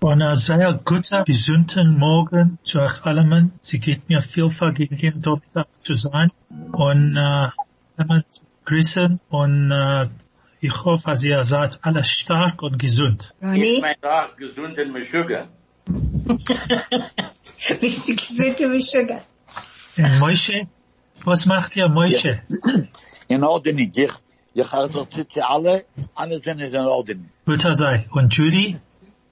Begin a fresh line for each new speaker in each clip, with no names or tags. Und ein sehr guter, gesunder Morgen zu euch allen. Sie geht mir viel vergeben, dort zu sein. Und äh, allen zu grüßen. Und äh, ich hoffe, dass ihr seid alle stark und gesund.
Ronny,
Ich mein Tag gesunden Meshuggah.
bist du gesund im Sugar?
Und Moshe, was macht ihr, Moshe?
in Ordnung. Ich, ich adressiere alle, alle sind in Ordnung.
Guter sei. Und Judy?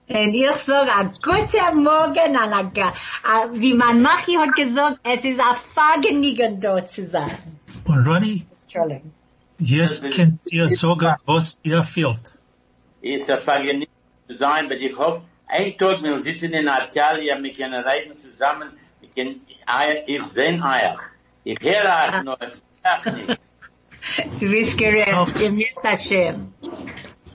Und ich sage, ein guter Morgen, an a ga- a- wie man Machi hat gesagt, es ist ein Fagenigen dort zu sein.
Und Ronny?
Entschuldigung.
Jetzt kennt ihr sogar, was ihr fehlt.
Ist das Fall nicht zu sein, weil ich hoffe, ein Tag, wir sitzen in Italien, wir können reden zusammen, wir können, ich sehe euch. Ich höre euch noch, ich sag nicht.
Du bist gerecht, ihr müsst Hashem.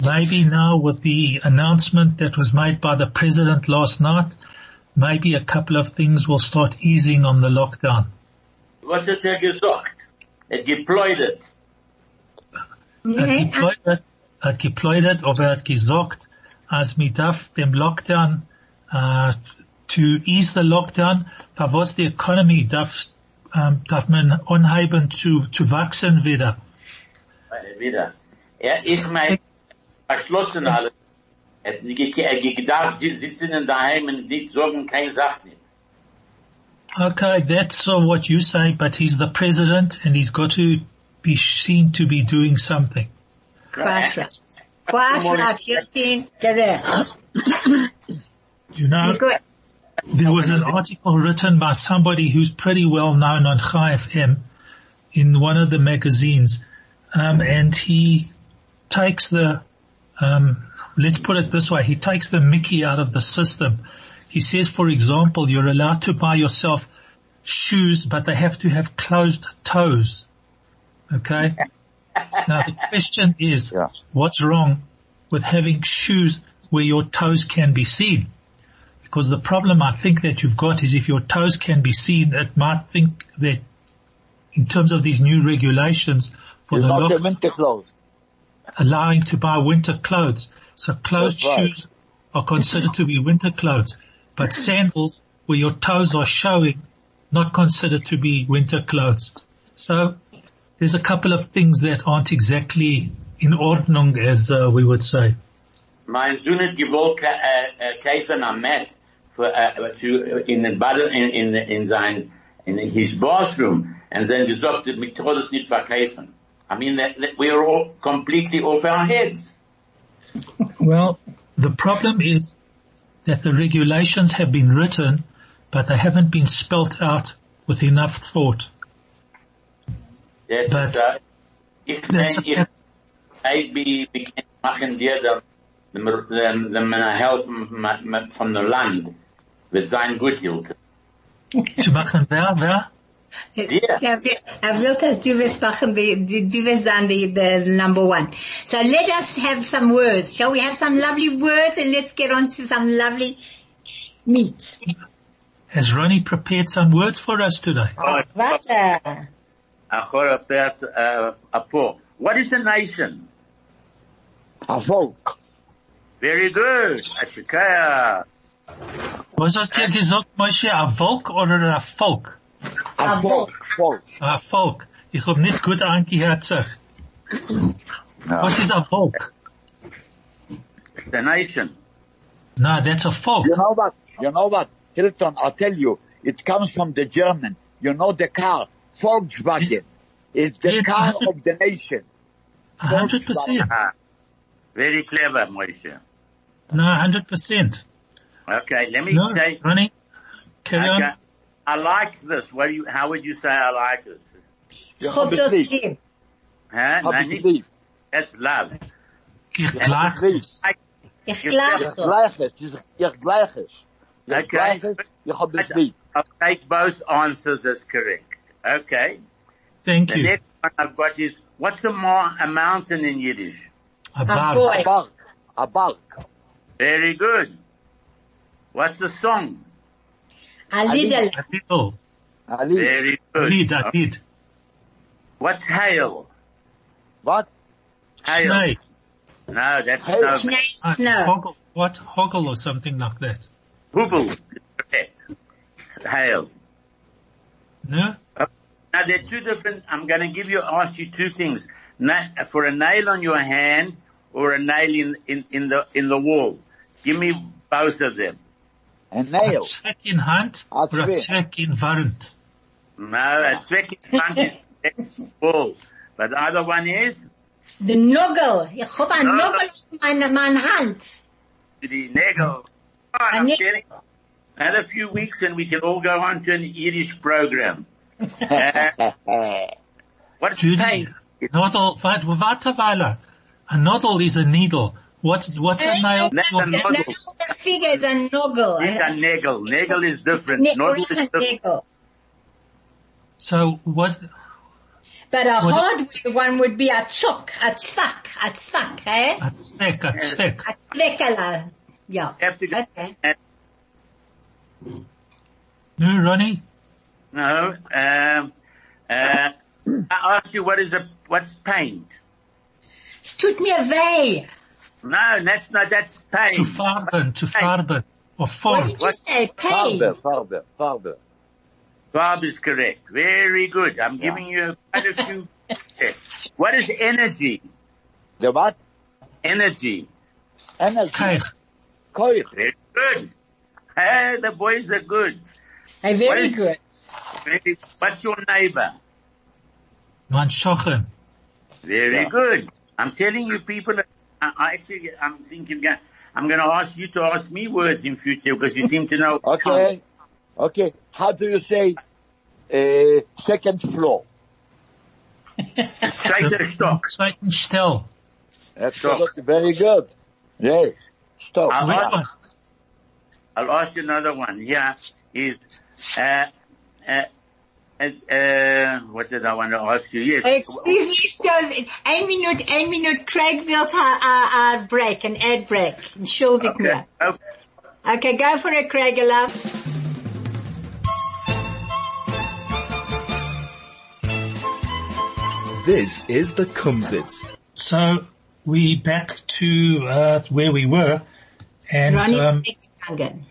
Maybe now with the announcement that was made by the president last night, maybe a couple of things will start easing on the lockdown.
Was hat er gesagt? Er gepläudet.
hat
Nee,
gepläudert, hat gepläudert, aber er hat gesagt, als mit darf dem Lockdown, uh, to ease the lockdown, for was the economy darf, um, darf man anheben zu, zu wachsen wieder.
Meine Wieder. Er, ich mein, verschlossen alles. Er hat nicht ge- er gedacht, sie sitzen in daheim und nicht sagen, kein Sach nicht.
Okay, that's uh, what you say, but he's the president and he's got to be seen to be doing something.
Quatsch. Quatsch, Justin, gerecht.
You know,
Gut.
There was an article written by somebody who's pretty well known on Chai FM in one of the magazines, um, and he takes the, um, let's put it this way, he takes the Mickey out of the system. He says, for example, you're allowed to buy yourself shoes, but they have to have closed toes. Okay. Now the question is,
Yeah.
what's wrong with having shoes where your toes can be seen? Because the problem I think that you've got is if your toes can be seen, it might think that in terms of these new regulations for
It's
the
not
lock,
the winter clothes.
allowing to buy winter clothes. So closed
That's right.
shoes are considered to be winter clothes, but sandals where your toes are showing, not considered to be winter clothes. So there's a couple of things that aren't exactly in Ordnung as uh, we would say.
Mein Sohn hat gewollt ka- äh, äh, kaufen am Met für, äh, zu, in den Bad, in, in, in sein, in his bathroom. Und sie haben gesagt, mit Todes nicht verkaufen. I mean, that, that we are all completely off our heads.
Well, the problem is that the regulations have been written, but they haven't been spelt out with enough thought.
That,
But-
uh, ich
That's
denke, ich, ich bin, ich machen dir das, dem, dem, dem helfen ma- ma- von dem Land. Wird sein gut, Hilke.
To machen wer, wer?
Yeah.
Yeah, I will test you with Bachem, the, the, the, with and the, the number one. So let us have some words. Shall we have some lovely words and let's get on to some lovely meat.
Has Ronnie prepared some words for us today?
What? a-
Achor, äh, Apo. What is a nation?
A folk.
Very good. Ashikaya.
Was hast du gesagt, Moshe, a Volk oder a Volk?
A,
A
folk. Folk.
A Volk. Ich hab nicht gut angehört, sag.
No.
Was ist a Volk?
The nation.
No, that's a Nou, Volk.
You know what? You know what? Hilton, I'll tell you. It comes from the German. You know the car. Volkswagen. It's
Yeah.
the car of the nation.
A hundred percent.
Ah, very clever, Moshe.
No, a hundred percent.
Okay, let me
No,
say.
Nou, Ronnie, carry
Okay,
on.
I like this. What do you? How would you say I like this?
You
Hope
have
does
to leave.
sleep.
Huh?
Have
No,
to
need-
leave.
that's love.
Ich
You have to
gleich.
leave.
Ich
Yes,
lach
Ich
doch.
gleiches. Ich gleiches. Ich
Okay.
gleiches. You have to
I-
leave.
I take both answers as correct. Okay.
Thank
The
you.
next one I've got is, what's a, mar- a mountain in Yiddish?
A
A
bug.
boy.
Balk. A balk.
Very good. What's the song?
A little.
A little.
A leaf.
Very good.
Did, I did.
What's hail?
What?
Hail.
Snake.
No, that's
Hail.
no.
Snake,
Uh,
snow.
Hoggle, what? Hoggle or something like that.
Hubble. Correct. Hail.
No?
Now there are two different, I'm going to give you, ask you two things. Na- for a nail on your hand or a nail in, in, in the, in the wall. Give me both of them.
A
A
nail.
check in hand
A
or a
trick.
check in warrant.
No, a trick is front and wall. But the other one is
The noggle. Ich hab ein
Ah.
Noggle in meiner meine Hand.
the nagel. Oh, I'm
Ani-
telling you. Another few weeks and we can all go on to an Yiddish program. Uh, what's
Judy,
pain?
noddle, wait, wait a while. A noddle is a needle. What, what's a nail?
That's a
The
noggle.
nail figure is a noggle.
It's a nagel. Nagel is different.
Ne-
Not
it's a noggle.
So what,
But a
What-
hard one would be a chok, a tzvak, a tzvak, eh?
a speck, a speck.
A tzvekala. Yeah.
have to go.
Okay.
No, Ronnie?
No. Um, uh, I asked you what is a what's paint?
Es tut mir weh.
No, that's not that's paint.
To farben, to farben, or
Oh,
What
form.
did you say? Pain.
Farbe, farbe, farbe.
Bob is correct. Very good. I'm
Yeah.
giving you quite a few. what is energy?
The what?
Energy.
Energy.
Keich.
Coil.
Very good. Hey, the boys are good.
Hey,
What
very
is-
good.
Very- What's your neighbor?
Man Schochen.
Very
Yeah.
good. I'm telling you, people. are- I, I actually, I'm thinking. uh, I'm going to ask you to ask me words in future because you seem to know.
Okay. Okay. How do you say, uh, second floor?
Straight stock.
Zweiten Stell.
Absolutely. Very good. Yes. Stop.
Uh,
Which
what?
one?
I'll ask you another one. Yeah, is uh, uh, uh, uh, what did I want to ask you? Yes.
Excuse me, Stos. Ein Minute, ein Minute. Craig will a, a, a eh, break, an ad break. Entschuldigt
Okay.
mir.
Oh,
Okay, go for it, Craig, love.
This is the Kumsitz.
So we back to uh, where we were, and
Ronnie
um,
weggegangen.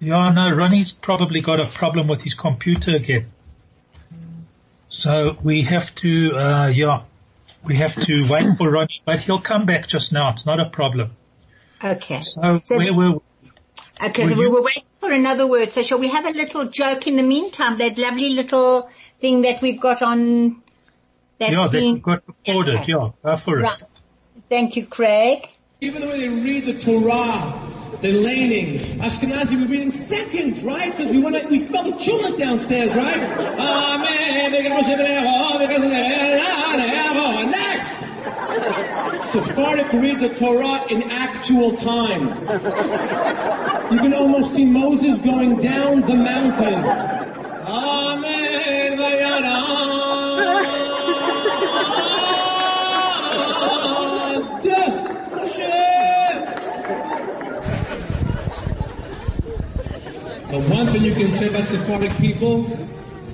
yeah, no, Ronnie's probably got a problem with his computer again. So we have to, uh, yeah, we have to wait for Ronnie, but he'll come back just now. It's not a problem.
Okay.
So
Oh, So-
where were we?
Okay, so
Will
we
you-
were waiting for another word. So shall we have a little joke in the meantime? That lovely little thing that we've got on. That's
yeah, that
been
we got recorded.
Okay.
Yeah, go for it.
right. Thank you, Craig.
Even the way they read the Torah, they're laning. Ashkenazi, we read in seconds, right? Because we want to, we spell the chulet downstairs, right? oh, Amen. Next! Sephardic read the Torah in actual time. You can almost see Moses going down the mountain. Amen. Vayana. Moshe. The one thing you can say about Sephardic people,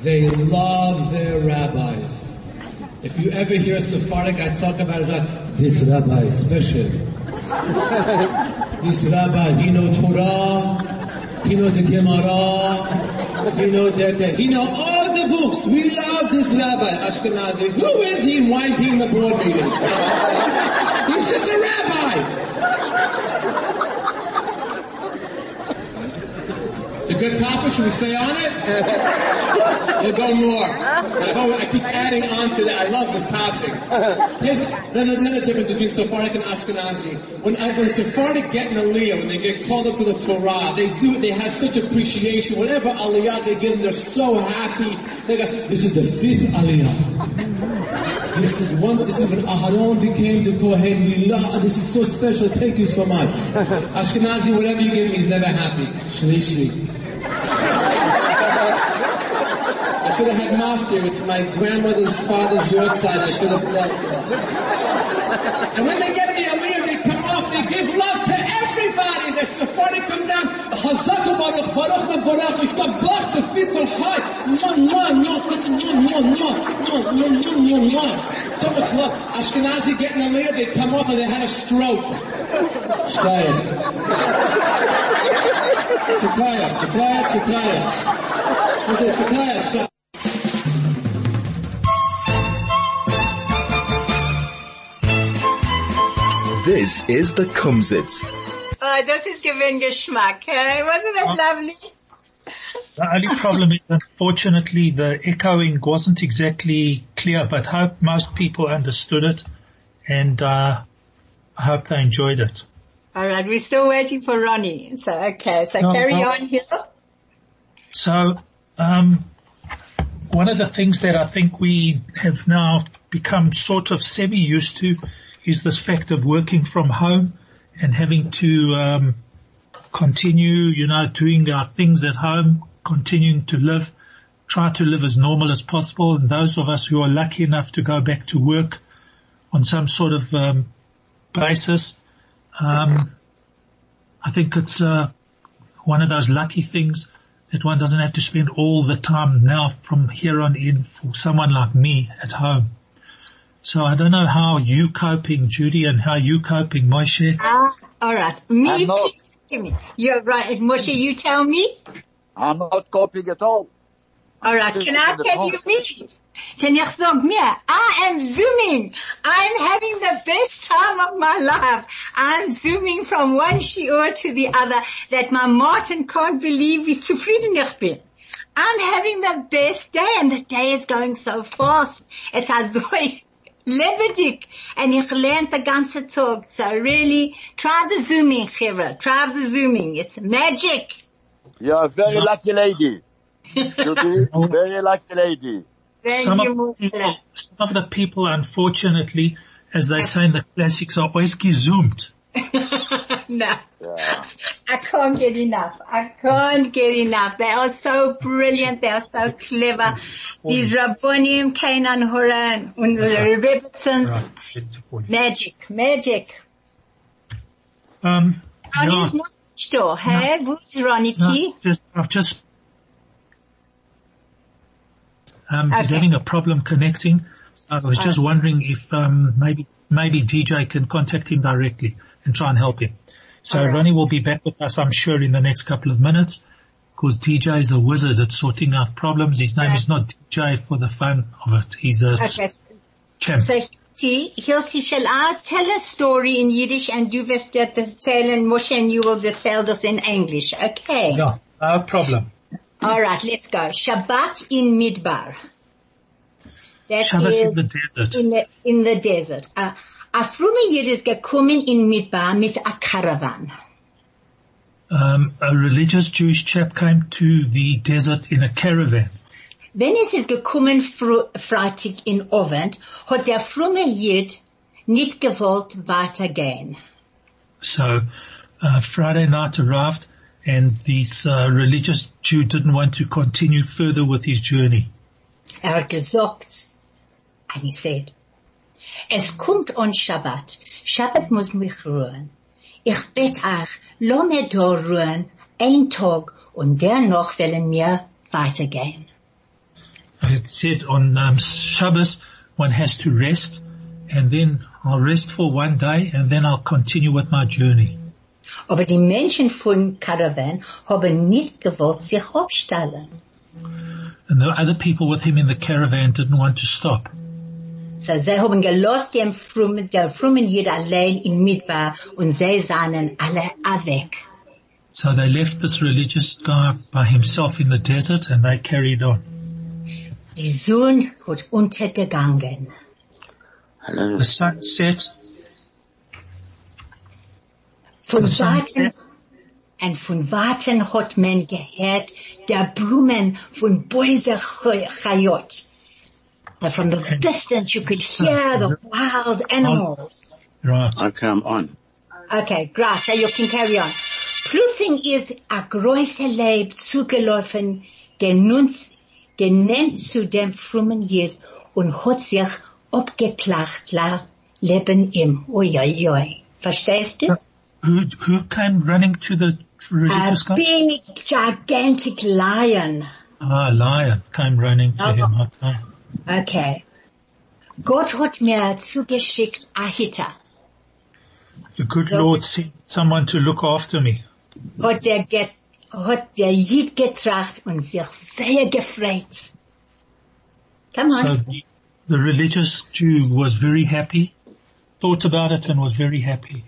they love their rabbis. If you ever hear Sephardic, I talk about it, like, this rabbi is special. This rabbi, he know Torah, he know the Gemara, he know that, that, he know all the books. We love this rabbi, Ashkenazi. Who is he and why is he in the board meeting? He's just a rabbi. It's a good topic. Should we stay on it? We'll go more. I, go, I keep adding on to that. I love this topic. Here's another, another difference between Sephardic and Ashkenazi. When, I, when Sephardic get an aliyah, when they get called up to the Torah, they do. They have such appreciation. Whatever aliyah they get, they're so happy. They go, "This is the fifth aliyah. This is one. This is when Aharon became the Kohen. We love. This is so special. Thank you so much." Ashkenazi, whatever you give me, is never happy. Shlishi. That's should have had mafia. It's my grandmother's father's York side. I should have dealt with. And when they get the aliyah, they come off. They give love to everybody. The Sephardic come down. Chazaka baruch baruch baruch. Ishtabach the people high. Mwah mwah mwah. Listen mwah mwah mwah mwah mwah mwah mwah mwah. So much love. Ashkenazi get an aliyah. They come off and they had a stroke. Shkayat. Shkayat. Shkayat. Shkayat. Was it Shkayat? Shkayat.
This is the Kumsitz.
Oh, das ist gewinn Geschmack. eh? Wasn't
Uh,
that lovely?
The only problem is unfortunately the echoing wasn't exactly clear, but hope most people understood it and, uh, I hope they enjoyed it.
All right, we're still waiting for Ronnie. So okay, so
No,
carry
no.
on here.
So, um, one of the things that I think we have now become sort of semi-used to is this fact of working from home and having to um, continue, you know, doing our things at home, continuing to live, try to live as normal as possible. And those of us who are lucky enough to go back to work on some sort of um, basis, um, I think it's uh, one of those lucky things that one doesn't have to spend all the time now from here on in for someone like me at home. So I don't know how you coping, Judy, and how you coping, Moshe.
Ah, all right, me.
I'm not.
please, give me. You're right, Moshe. You tell me.
I'm not copying at all.
All right, can I tell you me? Can you tell me? I am zooming. I'm having the best time of my life. I'm zooming from one shiur to the other that my Martin can't believe wie zufrieden ich bin. I'm having the best day and the day is going so fast. It's also lebendig and ich lerne the ganze Tag. So really try the zooming, Chira. Try the zooming. It's magic.
You're a very lucky lady. Judy, very lucky lady.
Thank
Some
you,
of, the
Moshe.
people, some of the people, unfortunately, as they say in the classics, are always gezoomed.
no.
Yeah.
I can't get enough. I can't get enough. They are so brilliant. They are so clever. These Rabbonim, Canaan, Horan, and the Robertsons.
Right. good to call you.
Magic, magic.
Um, yeah,
Ronnie's not sure. Hey, who's Ronnie?
no, just, I've just, um, he's
Okay.
having a problem connecting. So I was just wondering if, um, maybe, maybe DJ can contact him directly and try and help him. So
Alright.
Ronnie will be back with us, I'm sure, in the next couple of minutes. Because DJ is a wizard at sorting out problems. His name
Okay.
is not DJ for the fun of it. He's a
Okay,
champ.
so Hilti, Hilti, shall I tell a story in Yiddish and you will tell and Moshe and you will tell this in English, okay?
Yeah, no problem.
All right, let's go. Shabbat in Midbar. That
Shabbos in
is-
the desert.
in the, in the desert. Uh, a fromme Jid ist gekommen in Midbar mit a Caravan.
Um, a religious Jewish chap came to the desert in a caravan.
Wenn es ist gekommen fro- Freitag in Ovent, hat der fromme Jid nicht gewollt weitergehen.
So uh, Friday night arrived, and this uh, religious Jew didn't want to continue further with his journey.
Er hat gesagt, and he said, es kommt on Shabbat. Shabbat muss mich ruhen. Ich bete euch, lasst mir da ruhen, ein Tag, und danach wollen wir weitergehen.
It said on um, Shabbos one has to rest, and then I'll rest for one day, and then I'll continue with my journey.
Aber die Menschen von Caravan haben nicht gewollt sich abstellen.
And the other people with him in the caravan didn't want to stop.
So, sie haben gelost den frommen, der frommen Jid allein in Midbar und sie seien alle weg.
So they left this religious guy by himself in the desert, and they carried on.
Die Sonne hat untergegangen.
Hello.
The sun set,
Von
Was sagst
Warten, und von Warten hat man gehört, der Brummen von Bäuse Chayot. Äh, From the distance you could hear the wild animals.
right.
Okay, I'm on.
Okay, great. So you can carry on. Prüfing ist a große Leib zugelaufen, genutzt, genannt zu dem frommen Jid und hat sich abgeklagt, la, leben im. Oi, oi, oi. Verstehst du?
Who, who came running to the
A
religious guy?
big, gigantic lion.
Ah, lion came running to him. Okay.
Okay. Gott hat mir zugeschickt Ahita.
The good Lord sent someone to look after me.
Hat der, get, hat der Jid getracht und sich sehr gefreut. Come on.
So the, the religious Jew was very happy, thought about it and was very happy.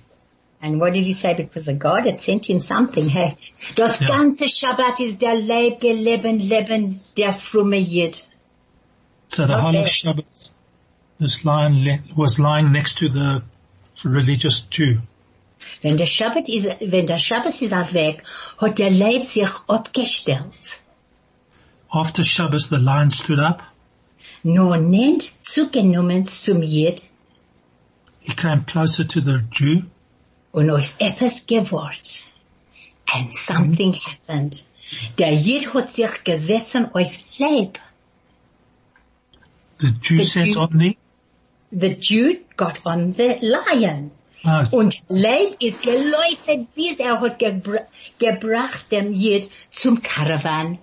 And what did he say? Because the God had sent him something, hey. Das
Ja.
ganze Shabbat ist der Leib, ihr Leben, Leben, der fromme Jid.
So the
Okay.
whole of Shabbat, this lion le- was lying next to the religious Jew.
Wenn der Shabbat ist, wenn der Shabbat ist auch weg, hat der Leib sich abgestellt.
After Shabbos, the lion stood up.
Nur nennt zugenommen zum Jid
He came closer to the Jew.
und auf etwas gewort. And something happened. Der Jid hat sich gesessen auf Leib.
The Jew
The
sat
Jew-
on the,
The Jew got on the lion.
Ah,
Und Leib ist geläufig, bis er hat gebra gebracht dem Jid zum Karawan.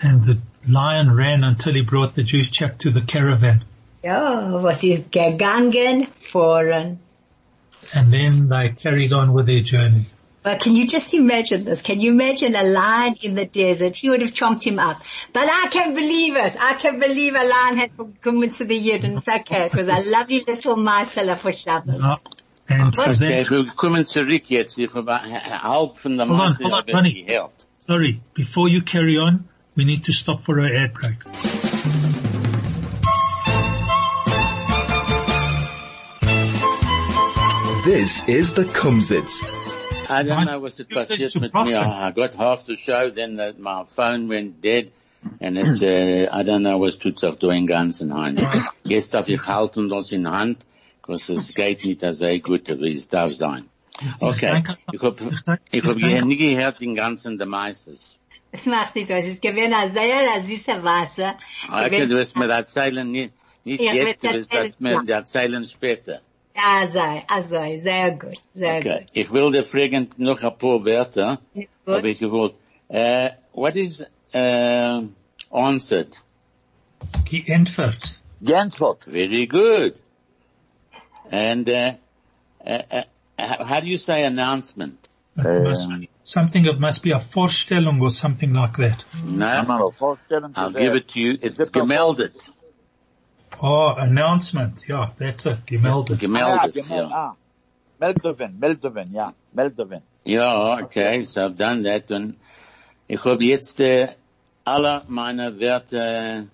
and the lion ran until he brought the Jews check to the caravan.
Ja, was ist gegangen? Voran.
And then they carried on with their journey.
But can you just imagine this? Can you imagine a lion in the desert? He would have chomped him up. But I can believe it. I can believe a lion had come into the Yid and it's okay because I love you little Marcella for Shabbos.
Ah, and for
Was-
that,
Okay, we kommen zurück jetzt, hier von der halb von der
Hold on,
Masse
hold on,
wird
Ronnie.
gehört.
sorry, before you carry on, we need to stop for an ad break.
This is the Kumsitz.
I don't
Right.
know what's it
You said
passiert
to
mit
profit.
me. I I got half the show, then the, my phone went dead. And it's, uh, I don't know was tut auf doing ganz in Hand. Jetzt darf ich halten das in Hand, because es geht nicht so gut, aber es darf sein. Okay.
danke.
Ich hab,
Ich danke.
ich hab
Ich danke.
nie gehört den ganzen der Meisters.
Es macht nicht was. Es gewinnt ein sehr ein süßer Wasser. Es
Okay,
gewinnt-
du wirst mir erzählen, nicht, nicht
Ja,
jetzt, du
wird
wirst
erzählt,
mir
ja.
erzählen später.
Ja, sei, also, sehr gut, sehr
Okay. Ich will dir fragen noch ein paar Wörter,
gut.
hab ich gewollt. Äh, what is, äh, answered?
He entered.
Gensford.
Very good. And uh, uh, uh, how how do you say announcement?
It must- something, it must be a Vorstellung or something like that.
No,
I'll vorstellen
I'll
zu
give
sagen.
it to you. It's
Zip up.
gemeldet.
Oh, announcement. Yeah, that's it. Gemeldet.
Ah,
Gemeldet.
gemeld,
Yeah.
ah. Meldoven, Meldoven, ja, Meldoven.
yeah, okay, so I've done that. And ich habe jetzt äh, alle meine Werte,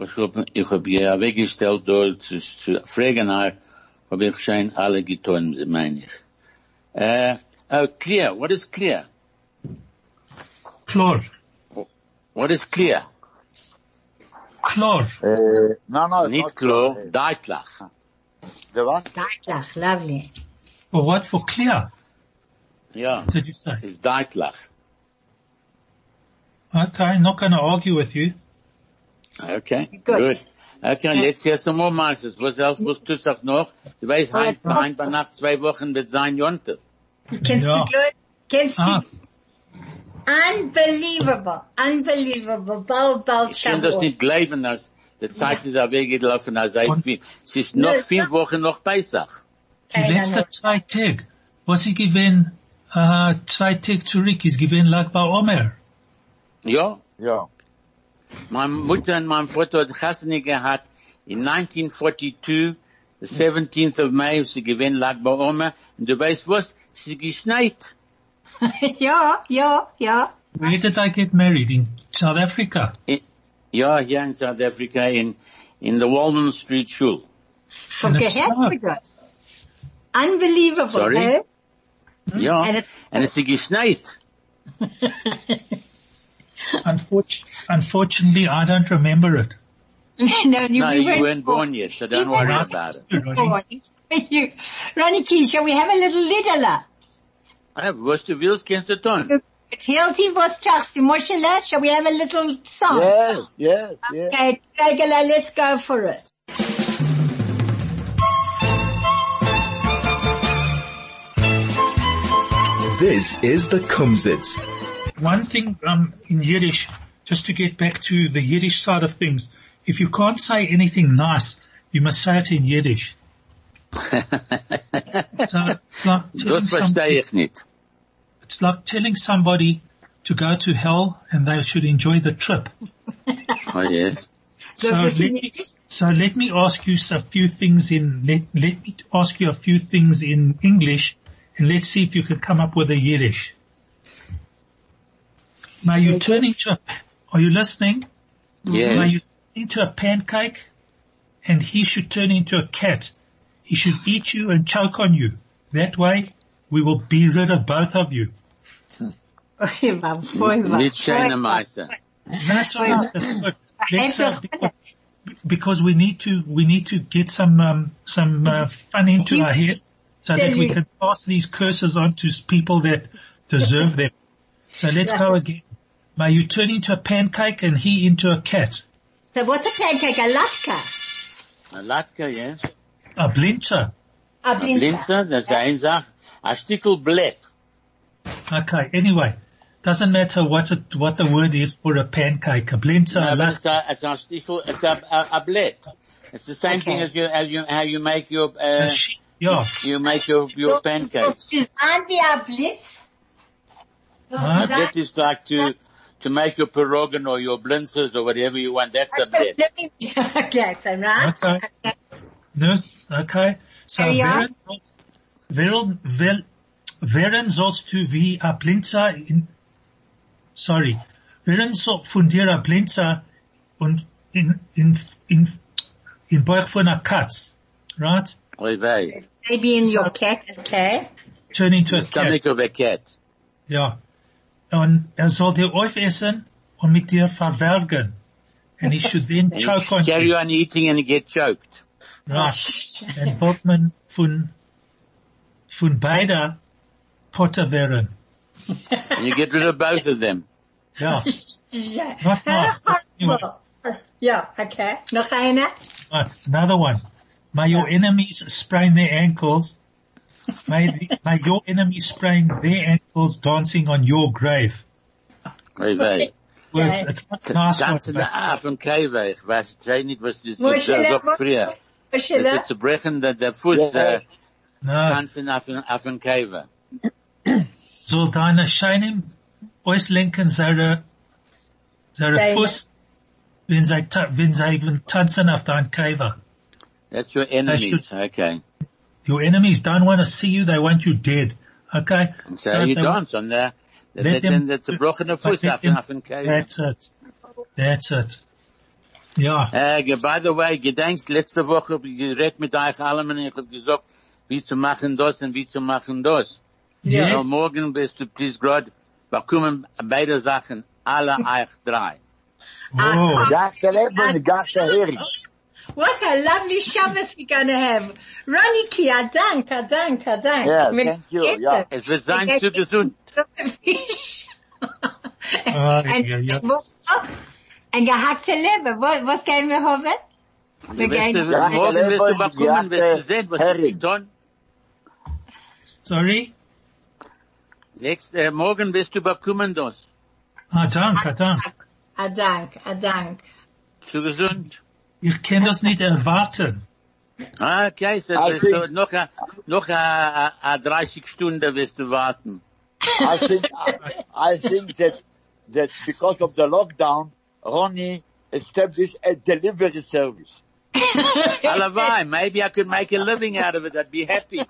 ich habe ich hab ja weggestellt, dort zu, zu fragen, habe ich schon alle getan, meine ich. Äh, oh, clear. What is clear?
Klar.
What is clear?
Klar.
Uh, no, no, it's
Nicht
not
klar,
Uh,
deutlich.
the what?
Deitlach, lovely.
But what for clear?
Yeah,
Did you say?
it's deutlich.
Okay, not going to argue with you.
Okay,
Good.
good. Okay, jetzt hier some more Masters. Was else musst du auch noch? Du weißt,
Aber-
Heinz, Heinz, bei nach zwei Wochen wird sein Jonte.
Kennst
Ja.
du Glück? Kennst
Ah,
du? Unbelievable, unbelievable. Bald, bald
Ich kann das
Shavuot.
nicht glauben, dass die Zeit ist weggelaufen, als sei
Und-
viel. Es ist noch
Nee,
fünf
so-
Wochen noch Pesach.
die letzte zwei Tage. Was ich gewinn, uh, zwei Tage zurück, ist gewinn lag bei Omer.
Ja,
Yeah.
meine Mutter und mein Vater hat Chassene gehabt. In 1942, the 17th of May, sie gewinnt lag bei Oma. Und du weißt was? Sie geschneit.
Ja, ja, ja.
Where did I get married? In South Africa.
In- Ja, hier in South Africa, in, in the Walman Street School.
Von
And it's
gehört
not.
du das? Unbelievable, eh?
Sorry?
hey?
Ja,
Hm? En het-
en es ist geschneit.
Unfortunately, unfortunately, I don't remember it.
no, you,
No,
we
Nou, you
weren't,
weren't born yet, so don't
You
worry
weren't
about it.
Ronnie.
born. you, Ronnie Key, shall we have a little lidala?
Eh, Ah, was du willst, kannst du tun.
Hilti Vostach, Moshe Leth, shall we have a little
Oh.
song?
Yes, yes, yes.
Okay, Dragula, let's go for it.
This is the Kumsitz.
One thing, um, in Yiddish, just to get back to the Yiddish side of things, if you can't say anything nice, you must say it in Yiddish. So it's like telling
Das verstehe
somebody,
ich nicht.
it's like telling somebody to go to hell and they should enjoy the trip.
Oh yes.
So
So
this
let
is-
me, so let me ask you a few things in, let, let me ask you a few things in English and let's see if you can come up with a Yiddish. Now you turn into a, are you listening? Now
Yes.
you turn into a pancake and he should turn into a cat. He should eat you and choke on you. That way we will be rid of both of you.
Oy, wa, boy, wa,
Nicht
boy, wa.
schöne Meister.
That's all right. That's good. Let's, uh,
Einfach.
because, because we need to we need to get some um, some uh, fun into
You-
our head so that we
you-
can pass these curses on to s- people that deserve them. So let's go
Yes.
again. May you turn into a pancake and he into a cat.
So what's a pancake? A latka?
A Latke, yes.
A blincher.
A
A
blinza?
Blinzer, das ist eine Sache. A Stickel Blatt.
Okay. Anyway, doesn't matter what it, what the word is for a pancake. A blincher. a
Aber
lat-
es ist a- es ist a Stickel, es ist a, a, a Blatt. It's the same
Okay.
thing as you, as you, how you make your,
a
uh,
sheep. Yeah.
you make your, your pancakes.
Designed wie a blitz?
Huh?
So
A
design-
Blatt is like to, to make your pierogan or your blinzers or whatever you want. That's a Blatt.
Okay, so uh, right.
Okay. No, Ne? okay. So
Carry on.
während, während, wel- während sollst du wie ein Blinzer in, sorry, während so von dir ein Blinzer und in, in, in, in Bauch von einer Katz, right?
Oy vey.
Maybe in your
So-
cat, okay?
Turn into
The
a cat.
stomach of a cat.
Ja. Und er soll dir aufessen und mit dir verwergen. And he should then
And
choke on
carry
you.
on eating and get choked.
Right. And Botman von, von beider Potter wären.
And you get rid of both of them.
Ja,
Yeah.
Not nice.
Horrible. Yeah, okay. Noch einer?
but another one. May your enemies sprain their ankles. May, the, may your enemies sprain their ankles dancing on your grave.
Oy vey.
Well,
Yeah.
it's, it's not nice
Ganz in
one,
der A vom Kaiwe. Ich weiß, ich weiß nicht, was das das
Moshe,
sagt
Moshe,
früher.
Moshe,
Das ist zu brechen, der, der Fuß,
Ja.
äh,
but no.
tanzen auf, dem- auf dem Kaiwe.
Soll deine Scheinem auslenken seine, seine
Deine.
Fuß, wenn sie, ta- wenn sie eben tanzen auf dein Käfer.
That's your enemies. Okay.
Your enemies don't want to see you, they want you dead. Okay?
So, you
they-
eh." dance on der, der, der,
Let
der,
them-
der zerbrochene
but
Fuß
let
auf,
them-
dem- auf dem Kaiwe.
That's it. That's it. Ja.
Äh, ge- by the way, gedenkst, letzte Woche hab ich geredet mit euch allem und ich hab gesagt, wie zu machen das und wie zu machen das.
Ja.
Now, morgen bist du, please God, bekommen beide Sachen, alle euch drei.
Whoa.
That's the level, that's the hearing.
What a lovely Shabbos we're gonna have. Roniki, I dank, I dank, I dank.
Yeah,
We'll
thank you,
get
yeah.
it.
Es wird sein zu gesund.
Fish.
Ah,
and
ja, ja.
was up? And gehackte Leber. Was, was können wir haben?
Du wirst,
gehen-
äh, morgen wirst du bekommen, wirst du sehen, was du
Herring.
getan.
Sorry?
Nächst, äh, morgen wirst du bekommen das.
Ah, danke, danke.
A dank, a dank.
Zu gesund.
Ich kann das nicht erwarten.
Ah, okay, so
I
wirst du
think-
noch, a- noch a, a, a 30 Stunden wirst du warten.
I think, I, I think that, that because of the lockdown, Ronnie established a delivery service.
Alibi, maybe I could make a living out of it, I'd be happy.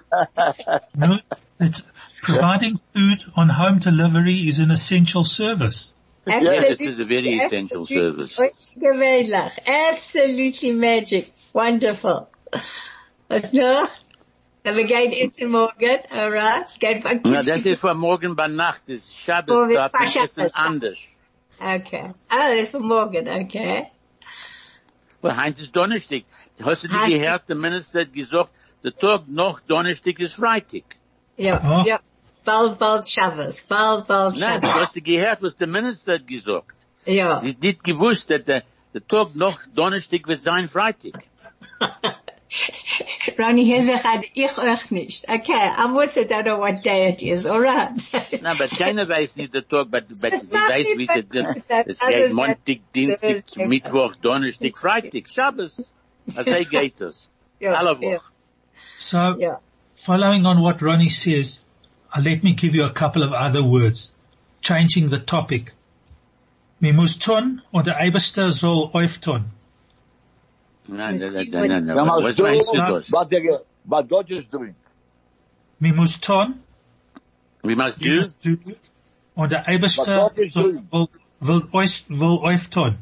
No, it's providing food on home delivery is an essential service.
Yes, this is a very essential
Absolutely.
service.
Gewöhnlich. Absolutely magic. Wonderful. Was noch? Dann wir gehen essen morgen, alright? Geht mal
Na, das ist für morgen bei Nacht, das ist
Oh,
Schabbos,
wir
da
fahren
ist es
Schabbos, ja.
anders.
Okay. Ah, das ist für morgen, okay.
Well, Heinz ist Donnerstag. Hast du
Heinz
die
ist-
gehört, der Minister hat gesagt, der Tag noch Donnerstag ist Freitag.
Ja,
Ah.
ja. bald, bald Shabbos, bald, bald
Nein, du
Shabbos.
hast gehört, was der Minister hat gesagt.
Ja.
Sie hat nicht gewusst, dass der, der Tag noch Donnerstag wird sein Freitag.
Ronnie Hinzig had ich euch nicht. Okay, I wusste, I don't know what day it is. All right.
Na, aber keiner weiß nicht der Tag, aber aber
Das
sie
macht
weiß, wie
nicht
der,
das-
der,
das
es geht
ist-
Montag, Dienstag,
ist-
Mittwoch, Donnerstag, Freitag, Shabbos. Also, hey, geht das.
Ja,
Alle
ja.
Woche.
So
yeah.
following on what Ronnie says, uh, let me give you a couple of other words, changing the topic. Wir muss tun oder Eibester soll öftern.
Nein,
Mr.
nein,
Wood.
nein, nein, nein.
They
Was
must do
meinst du das?
what, they, what God is doing.
Wir muss tun,
Wie meinst
wir
du?
muss tun oder
But
Eibester
God is
soll
doing.
will, will, öf- will öftern.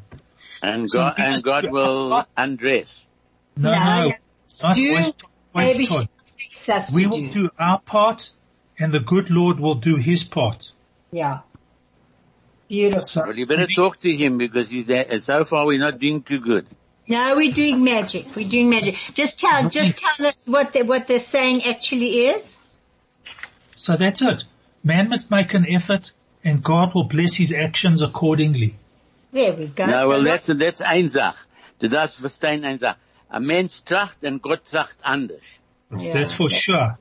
And God, and God will undress.
No,
No,
no,
yeah.
not
Do
öftern,
Maybe she
öftern.
expects us to
We will
do.
do our part and the good Lord will do his part.
Yeah. Beautiful.
So
Well, you better talk to him because he's there. So far, we're not doing too good.
No, we're doing magic. We're doing magic. Just tell, just tell us what the, what the saying actually is.
So that's it. Man must make an effort and God will bless his actions accordingly.
There we go.
No, well,
So
that's, that's eine Sache. Du darfst verstehen eine Sache. Ein Mensch tracht und Gott tracht anders.
Yeah.
That's for sure.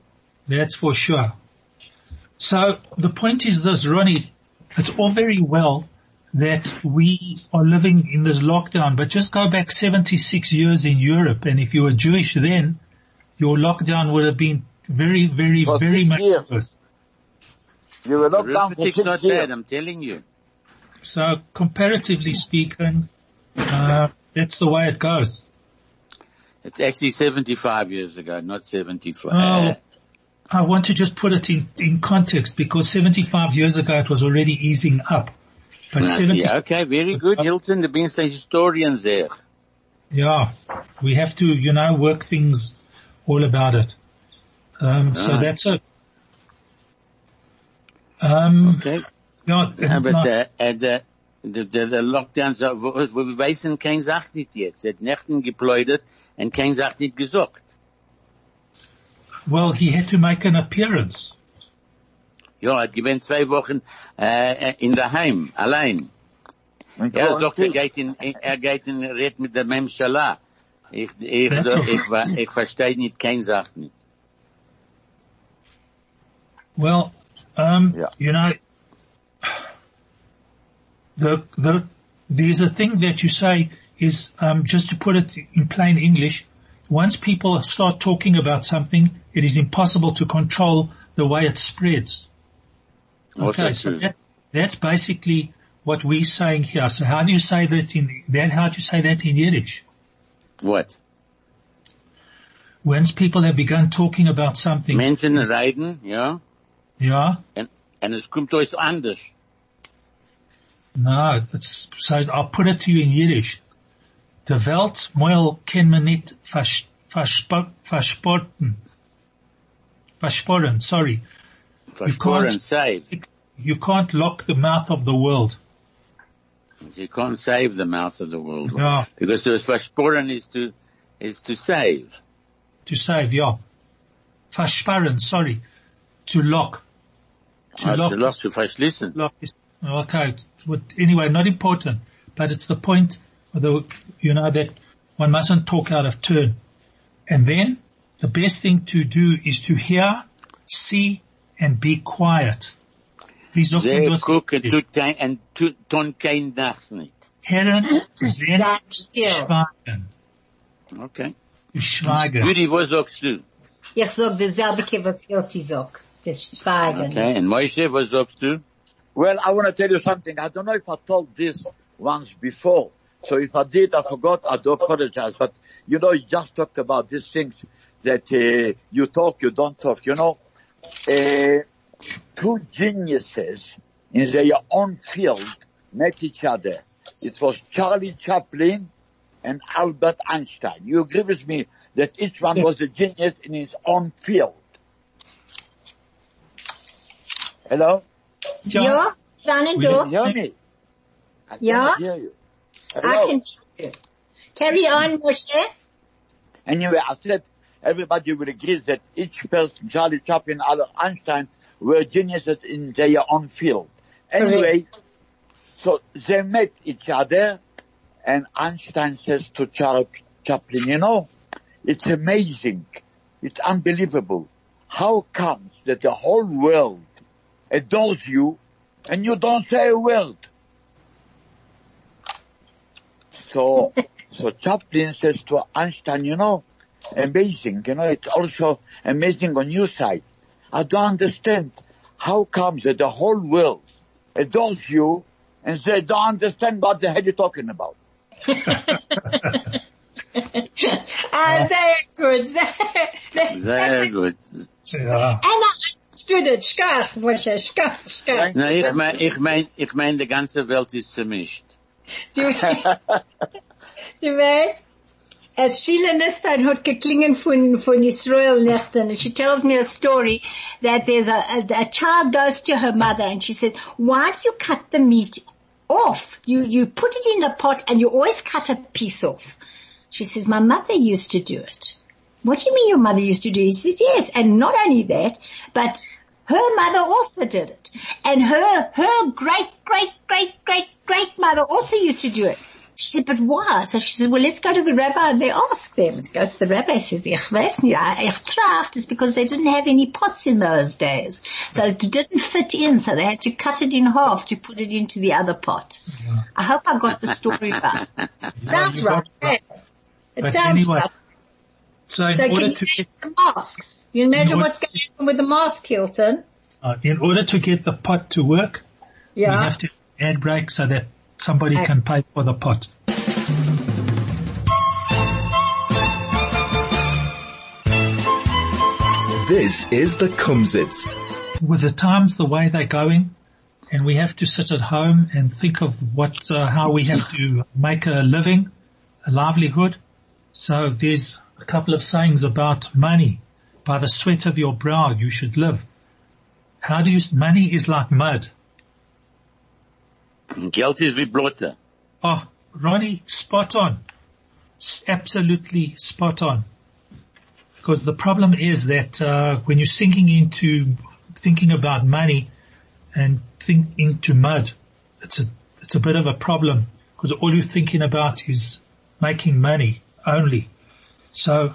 That's for sure. So the point is this, Ronnie, it's all very well that we are living in this lockdown, but just go back 76 years in Europe and if you were Jewish then, your lockdown would have been very, very,
For
very
six
much
years.
worse.
You will not down for
Arithmetic's not
six
bad,
years.
I'm telling you.
So comparatively speaking, uh, that's the way it goes.
It's actually 75 years ago, not 74.
Well,
Uh,
I want to just put it in, in context because 75 years ago it was already easing up. But
I see.
70,
okay, very good, Hilton. There been some historians there.
yeah, we have to, you know, work things all about it. Um, so
Right.
that's it. Um,
Okay.
yeah,
Ja,
and
but,
like-
uh, and, uh, the, the, the lockdown, so, wo, wo wir wissen, kein sagt nicht jetzt. Er hat Nächten gepläudert und kein sagt nicht gesagt.
well, he had to make an appearance.
Ja, er gewinnt zwei Wochen, äh, in daheim, allein. Ja, er sagt, er geht in, er geht in, red mit der Memschala. Ich, ich, ich,
That's all.
ich, wa- ich verstehe nicht, kein sagt nicht.
Well, um,
Yeah.
you know, the the there's a thing that you say is um, just to put it in plain English. Once people start talking about something, it is impossible to control the way it spreads.
Also
Okay, so
true.
that, that's basically what we're saying here. So how do you say that in that? How do you say that in Yiddish?
What?
Once people have begun talking about something,
Menschen reden, ja,
yeah,
und, und es kommt euch anders.
No, it's, so I'll put it to you in Yiddish. De Welt moel ken me niet vers, verspo- versporten. Versporen, sorry.
Versporen,
can't-
save.
You can't lock the mouth of the world.
You can't save the mouth of the world.
No.
Because the Versporen is to, is to save.
To save, yeah. Versporen, sorry. To lock. To
Ah,
lock.
to lock, to verschließen.
lock is, okay. But anyway, not important. But it's the point, of the, you know, that one mustn't talk out of turn. And then the best thing to do is to hear, see, and be quiet. Please don't
Sehr guck und
do
tut kein, und tut, tun kein Nachts nicht.
Herren, sehen,
Stand still.
schweigen.
Okay.
To schweigen.
Judy, was sagst du?
Ich sag dasselbe, was Hilti sagt. Das Schweigen.
Okay. And Moshe, was sagst du?
Well, I want to tell you something. I don't know if I told this once before. So if I did, I forgot. I do apologize. But you know, you just talked about these things that uh, you talk, you don't talk. You know, uh, two geniuses in their own field met each other. It was Charlie Chaplin and Albert Einstein. You agree with me that each one
Yeah.
was a genius in his own field. Hello?
Ja, seinen
We
doch.
Hear me? I
Yeah?
cannot hear you.
I
Hello.
can hear you. Carry on, Moshe.
Anyway, I said everybody will agree that each person, Charlie Chaplin, Albert Einstein, were geniuses in their own field. Anyway, so they met each other and Einstein says to Charles Chaplin, you know, it's amazing. It's unbelievable. How comes that the whole world adores you and you don't say a word? So, so Chaplin says to Einstein, you know, amazing, you know, it's also amazing on your side. I don't understand how comes that the whole world adores you and they don't understand what the hell you're talking about.
Ah, sehr gut. Sehr, sehr,
Sehr gut.
Ja.
Anna understood it. Scharf, Moshe. Scharf, scharf.
Na, ich mein, ich mein, ich mein, die ganze Welt ist zermischt.
Du, du weißt, as Sheila Nispan hat geklingen von, von Israel Nechten, and she tells me a story that there's a, a, a child goes to her mother and she says, why do you cut the meat off? You, you put it in a pot and you always cut a piece off. She says, my mother used to do it. What do you mean your mother used to do? He says, yes. And not only that, but her mother also did it. And her, her great, great, great, great, great mother also used to do it. She said, but why? So she said, well, let's go to the rabbi and they ask them. She goes to the rabbi, she says, ich weiß nicht, I, ich tracht. It's because they didn't have any pots in those days. So it didn't fit in, so they had to cut it in half to put it into the other pot. I hope I got the story right. Sounds
you got it
right.
right.
eh? It
But
sounds
anyway,
right.
So in
So can
order
you
to get,
imagine the masks? You imagine
order
what's going on with the mask, Hilton?
uh, in order to get the pot to work, we
Yeah. Uh,
have to ad break so that somebody
Okay.
can pay for the pot.
This is the Kumsitz.
with the times the way they're going, and we have to sit at home and think of what uh, how we have to make a living, a livelihood. So there's a couple of sayings about money. By the sweat of your brow, you should live. How do you? Money is like mud.
Und Geld ist wie Blutter.
Oh, Ronnie, spot on. S- Absolutely spot on. Because the problem is that uh, when you're sinking into thinking about money and think into mud, it's a it's a bit of a problem because all you're thinking about is making money only. So,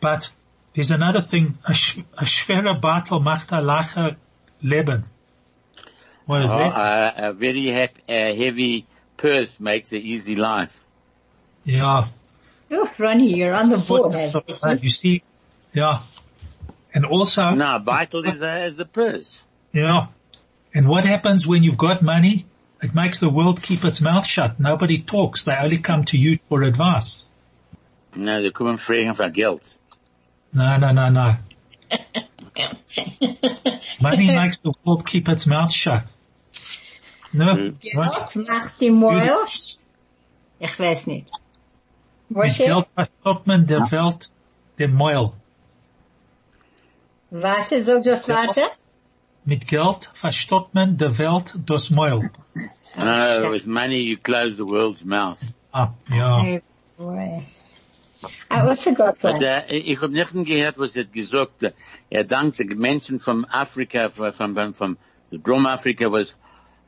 but there's another thing: a, sh- a schwere Bartel macht a lache Leben. What is
Oh,
that?
a, a very hap, a heavy purse makes an easy life.
yeah.
Oh, Ronnie, you're on the board. eh?
But you see, yeah. And also,
No, vital is a, is a purse.
yeah. And what happens when you've got money? It makes the world keep its mouth shut. Nobody talks. They only come to you for advice.
No, they come and fragen for Geld.
No, no, no, no. money makes the world keep its mouth shut. No.
Mm.
Right?
Geld macht die Mäuel. Ich weiß nicht.
Mit
Moshe,
Geld verstopft man der Welt den Meul.
warte, sag das weiter.
Mit Geld verstopft man der Welt das Meul.
No, with money you close the world's mouth.
Ah, ja.
Oh, boy. I also got
But
one.
uh, ich habe nicht gehört, was er gesagt hat. Er dankt den Menschen von Afrika, von, von, von Dromafrika, was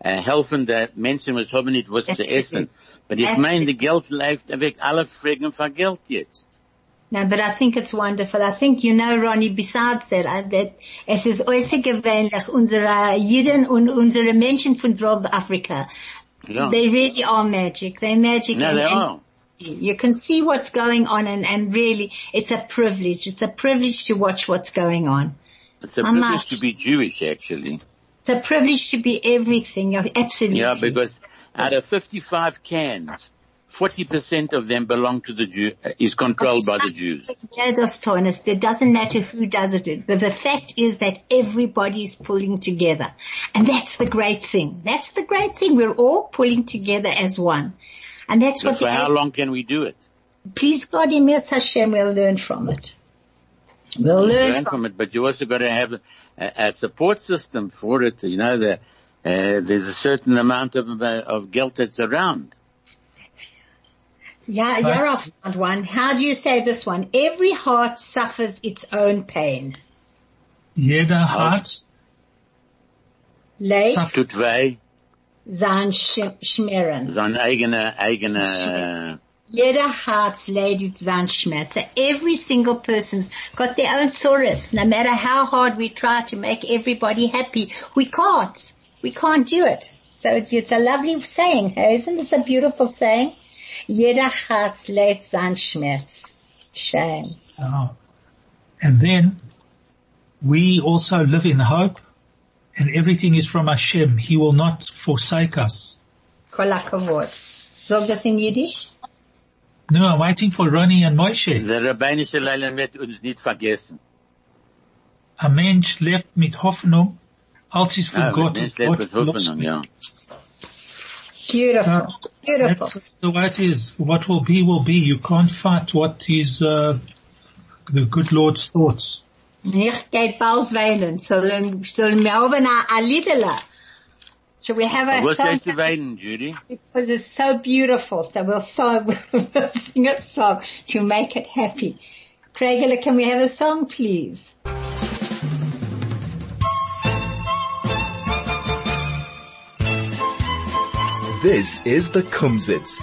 uh, helfen der Menschen, was haben nicht was zu
Absolut.
essen. Aber ich
Absolut.
meine, die Geld läuft weg. Alle fragen für Geld jetzt.
No, but I think it's wonderful. I think, you know, Ronnie, besides that, I, that es ist außergewöhnlich, unsere Juden und unsere Menschen von Drop Africa.
Ja.
They really are magic. They're magic.
No,
and-
they
and
are.
You can see what's going on and, and really it's a privilege. It's a privilege to watch what's going on.
It's a
I'm
privilege
not-
to be Jewish, actually.
It's a privilege to be everything. You're Absolutely.
Yeah, because out of 55 cans, 40% of them belong to the Jew, uh, is controlled by the Jews.
Yeah, those tournaments, It doesn't matter who does it. But the fact is that everybody's pulling together. And that's the great thing. That's the great thing. We're all pulling together as one. And that's
But
what
for how
the,
long can we do it?
please God, Emil Hashem, we'll learn from it. We'll learn
learn
from
from it, but you also got to have a, a support system for it. You know, the, uh, there's a certain amount of, uh, of guilt that's around.
Yeah, you're off on one. How do you say this one? Every heart suffers its own pain.
Jeder Herz
Leid
zu zwei,
sein Sch- Schmerzen.
sein eigener, eigener,
Jeder heart's leidet sein Schmerzen. Every single person's got their own sorrows. No matter how hard we try to make everybody happy, we can't. We can't do it. So it's, it's a lovely saying, hey? Isn't this a beautiful saying? Jeder heart's leid sein Schmerz. Shame.
Uh, and then we also live in hope and everything is from Hashem. He will not forsake us.
Kol hakavod. Sag das in Yiddish?
No, I'm waiting for Ronnie and Moshe.
der Rabbeinu Shalom wird uns nicht vergessen.
A mensch lebt mit Hoffnung, als es
Ja,
von
der
Gott
Ah,
und
Mensch
Gott
lebt mit
los-
Hoffnung, ja.
Beautiful. Beautiful.
That's the way it is. What will be will be. You can't fight what is uh, the good Lord's thoughts.
Ich geht bald weinen. Sollen, sollen wir oben ein ein Liedele? Shall we have
Aber
a
Was
song?
gehst du weinen, Judy?
Because it's so beautiful. So we'll, so, we'll sing a song to make it happy. Craigela, can we have a song, please?
This is the Kumsitz.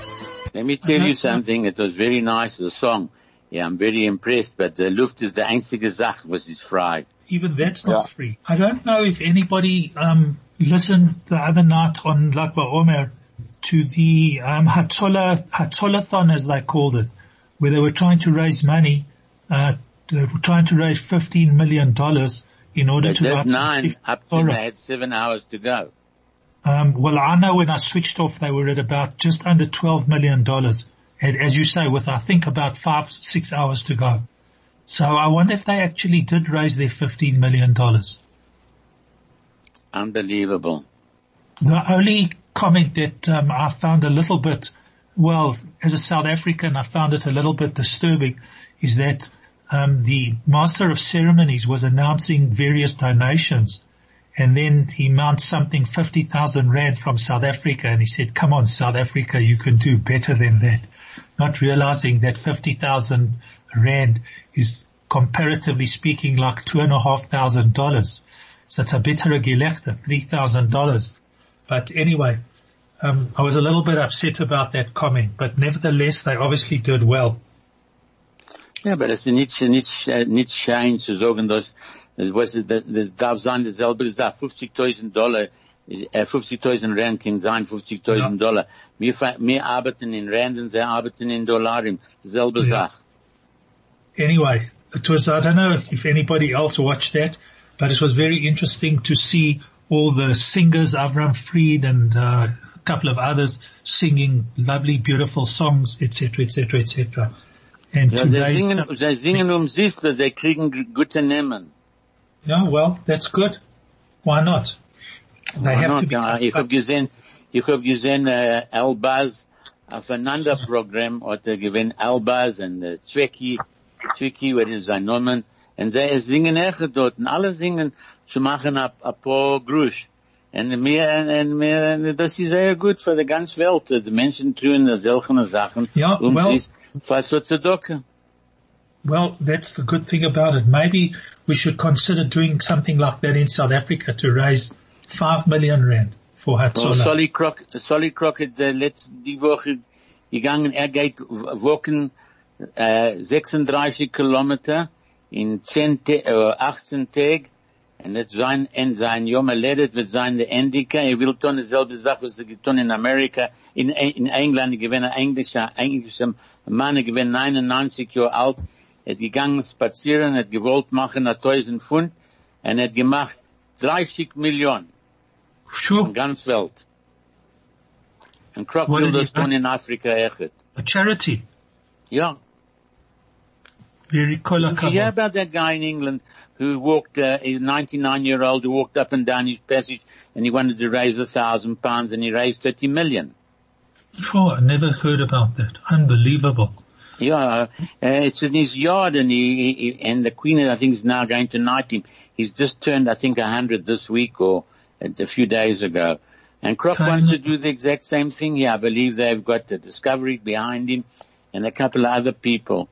Let me tell you something. It was very nice, the song. Yeah, I'm very impressed, but the Luft is the einzige Sache, was ist frei.
Even that's not
Yeah.
free. I don't know if anybody um, listened the other night on Lagba Omer to the um, Hatzolah, Hatzolathon, as they called it, where they were trying to raise money. Uh, they were trying to raise $15 million in order
They
to
did
write some
nine
sick
up to
Torah.
they had seven hours to go.
Um, well, I know when I switched off, they were at about just under twelve million dollars, and as you say, with I think about five six hours to go. So I wonder if they actually did raise their fifteen million dollars.
Unbelievable.
The only comment that um, I found a little bit, well, as a South African, I found it a little bit disturbing, is that um, the master of ceremonies was announcing various donations, and then he announced something fifty thousand rand from South Africa, and he said, "Come on, South Africa, you can do better than that." Not realizing that fifty thousand rand is comparatively speaking like two and a half thousand dollars. So it's a better gelächter, three thousand dollars. But anyway, um, I was a little bit upset about that comment, but nevertheless, they obviously did well.
Ja, aber das ist nicht, nicht, äh, nicht schein zu sagen, dass, das, was, das, das darf sein, dasselbe ist da, 50.000 Dollar, äh, 50.000 Rand kann sein, 50.000
Ja.
Dollar. Wir, fa- wir arbeiten in Rand und sie arbeiten in Dollarim. Dasselbe
Ja.
Sache.
Anyway, it was, I don't know if anybody else watched that, but it was very interesting to see all the singers, Avram Fried and uh, a couple of others singing lovely, beautiful songs, etc., etc., etc. And
Ja, sie
today's-
singen, sie singen um sich, aber sie kriegen g- gute Namen.
yeah, well, that's good. Why not? They
Why
have
not?
to be.
Ja, ich habe gesehen, ich habe gesehen, äh, Albaz, aufeinander Programm, hat er gewinnt Albaz und äh, Zwecki, Zwecki, wer ist sein Name, und sie singen echt dort, und alle singen, zu machen ab, ab paar Grusch. Und mir, und mir, und das ist sehr gut für die ganze Welt, die Menschen tun solche Sachen,
Ja,
um
well-
sich fast so zu docken.
Well, that's the good thing about it. Maybe we should consider doing something like that in South Africa to raise five million rand for
So
Hatzola.
Solly Crock, Solly Crockett, der letzte, die Woche gegangen, er geht w- walken, äh, 36 Kilometer in 10, Tä- äh, 18 Tag, und das sein, und sein Jome Ledet wird sein, der Endika, er will tun dieselbe Sache, was er getan in Amerika, in, in England, er gewinnt ein englischer, englischer Mann, er gewinnt 99 Jahre alt, er hat gegangen spazieren, er hat gewollt machen, er 1000 Pfund, und er hat gemacht 30 Millionen
Sure,
in ganz Welt.
What
Und Crocodile
did
das
he
tun in Afrika echt.
a charity.
Ja.
Very cool.
Did you hear about that guy in England who walked, uh, he's 99 year old, who walked up and down his passage and he wanted to raise a thousand pounds and he raised 30 million?
Sure, I never heard about that. Unbelievable.
Yeah, uh, it's in his yard and he, he, and the Queen I think is now going to knight him. He's just turned I think 100 this week or a, a few days ago. And Croc
Kind
wants to
of-
do the exact same thing here. I believe they've got the Discovery behind him and a couple of other people.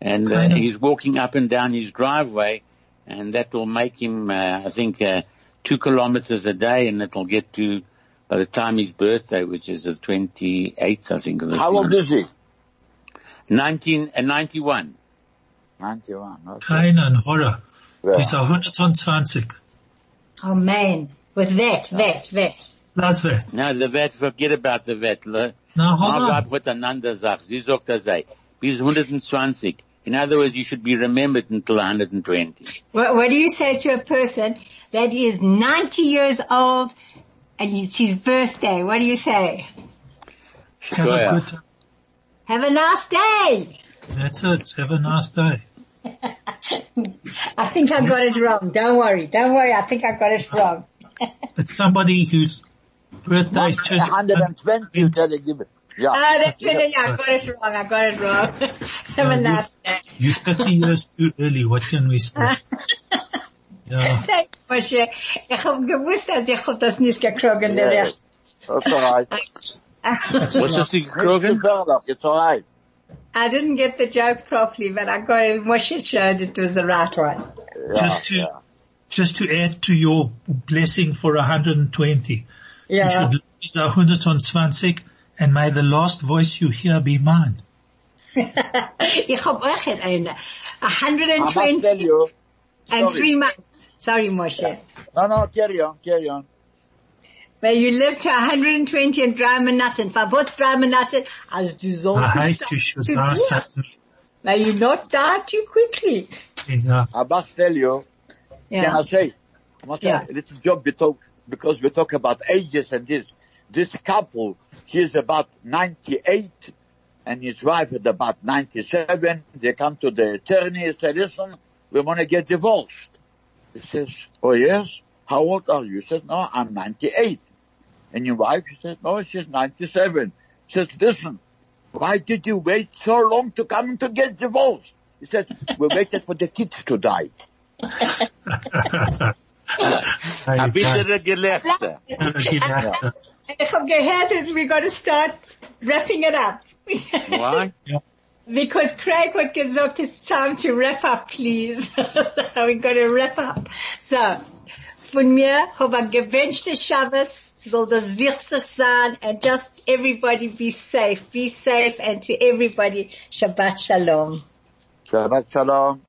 And uh,
Kind of-
he's walking up and down his driveway and that will make him, uh, I think, uh, two kilometers a day and it'll get to, by the time his birthday, which is the 28th, I think. of this
How old
month.
is he?
19, uh, 91.
91. Okay.
Kein an Horror.
Yeah.
Bis 120.
Oh man, with vet, vet, vet.
Lass weg.
No, the vet, forget about the vet. Le-
Now, hold
My
on.
wife, what Ananda sagt, sie sagt das sei, bis 120. In other words, you should be remembered until 120.
What, what do you say to a person that is 90 years old and it's his birthday? What do you say?
Have a
Sure.
good time.
Have a nice day.
That's it. Have a nice day.
I think I got it wrong. Don't worry. Don't worry. I think I got it wrong.
It's somebody whose birthday is turned-
120, you tell him, give it. Yeah.
Oh, that's good.
Yeah.
Yeah, I got it wrong. I got it wrong. Have a
No,
nice day.
You're 30 years too early. What can we say? Yeah.
Thank you, Moshe. Ich hab gewusst, dass ich hab das nicht gekriegen, der
Yeah.
Recht.
That's alright.
What's this thing, Krogan?
It's alright.
I didn't get the joke properly, but I got it. Moshe showed it was the right one.
Just to, just to add to your blessing for 120. You
Yeah.
should live to 120 and may the last voice you hear be mine.
Ich hab auch jetzt eine.
I must tell
120
you.
and
Ah, sorry.
three months. Sorry, Moshe.
No, no, carry on, carry on.
But you live to 120 and drei Minuten. For what drei Minuten? Also du sollst
I
nicht
hate you should
sterben
die
zu dir. May you not die too quickly.
Yeah.
I must tell you. Can
Yeah.
I say? I must
Yeah.
say, this job we talk, because we talk about ages and this. This couple, he is about 98 and his wife is about 97. They come to the attorney and say, listen, we want to get divorced. He says, oh yes? How old are you? He says, no, I'm 98. And your wife, she says, no, she's 97. She says, listen, why did you wait so long to come to get divorced? He says, we waited for the kids to die.
Ein bitterer Gelächter.
Yeah.
Ich hab gehört, that we got to start wrapping it up.
Why?
Because Craig had gesagt, it's time to wrap up, please. so we got to wrap up. So, von mir hab ein gewünschter Shabbos, soll das wichtig sein, and just everybody be safe, be safe, and to everybody, Shabbat Shalom.
Shabbat shalom.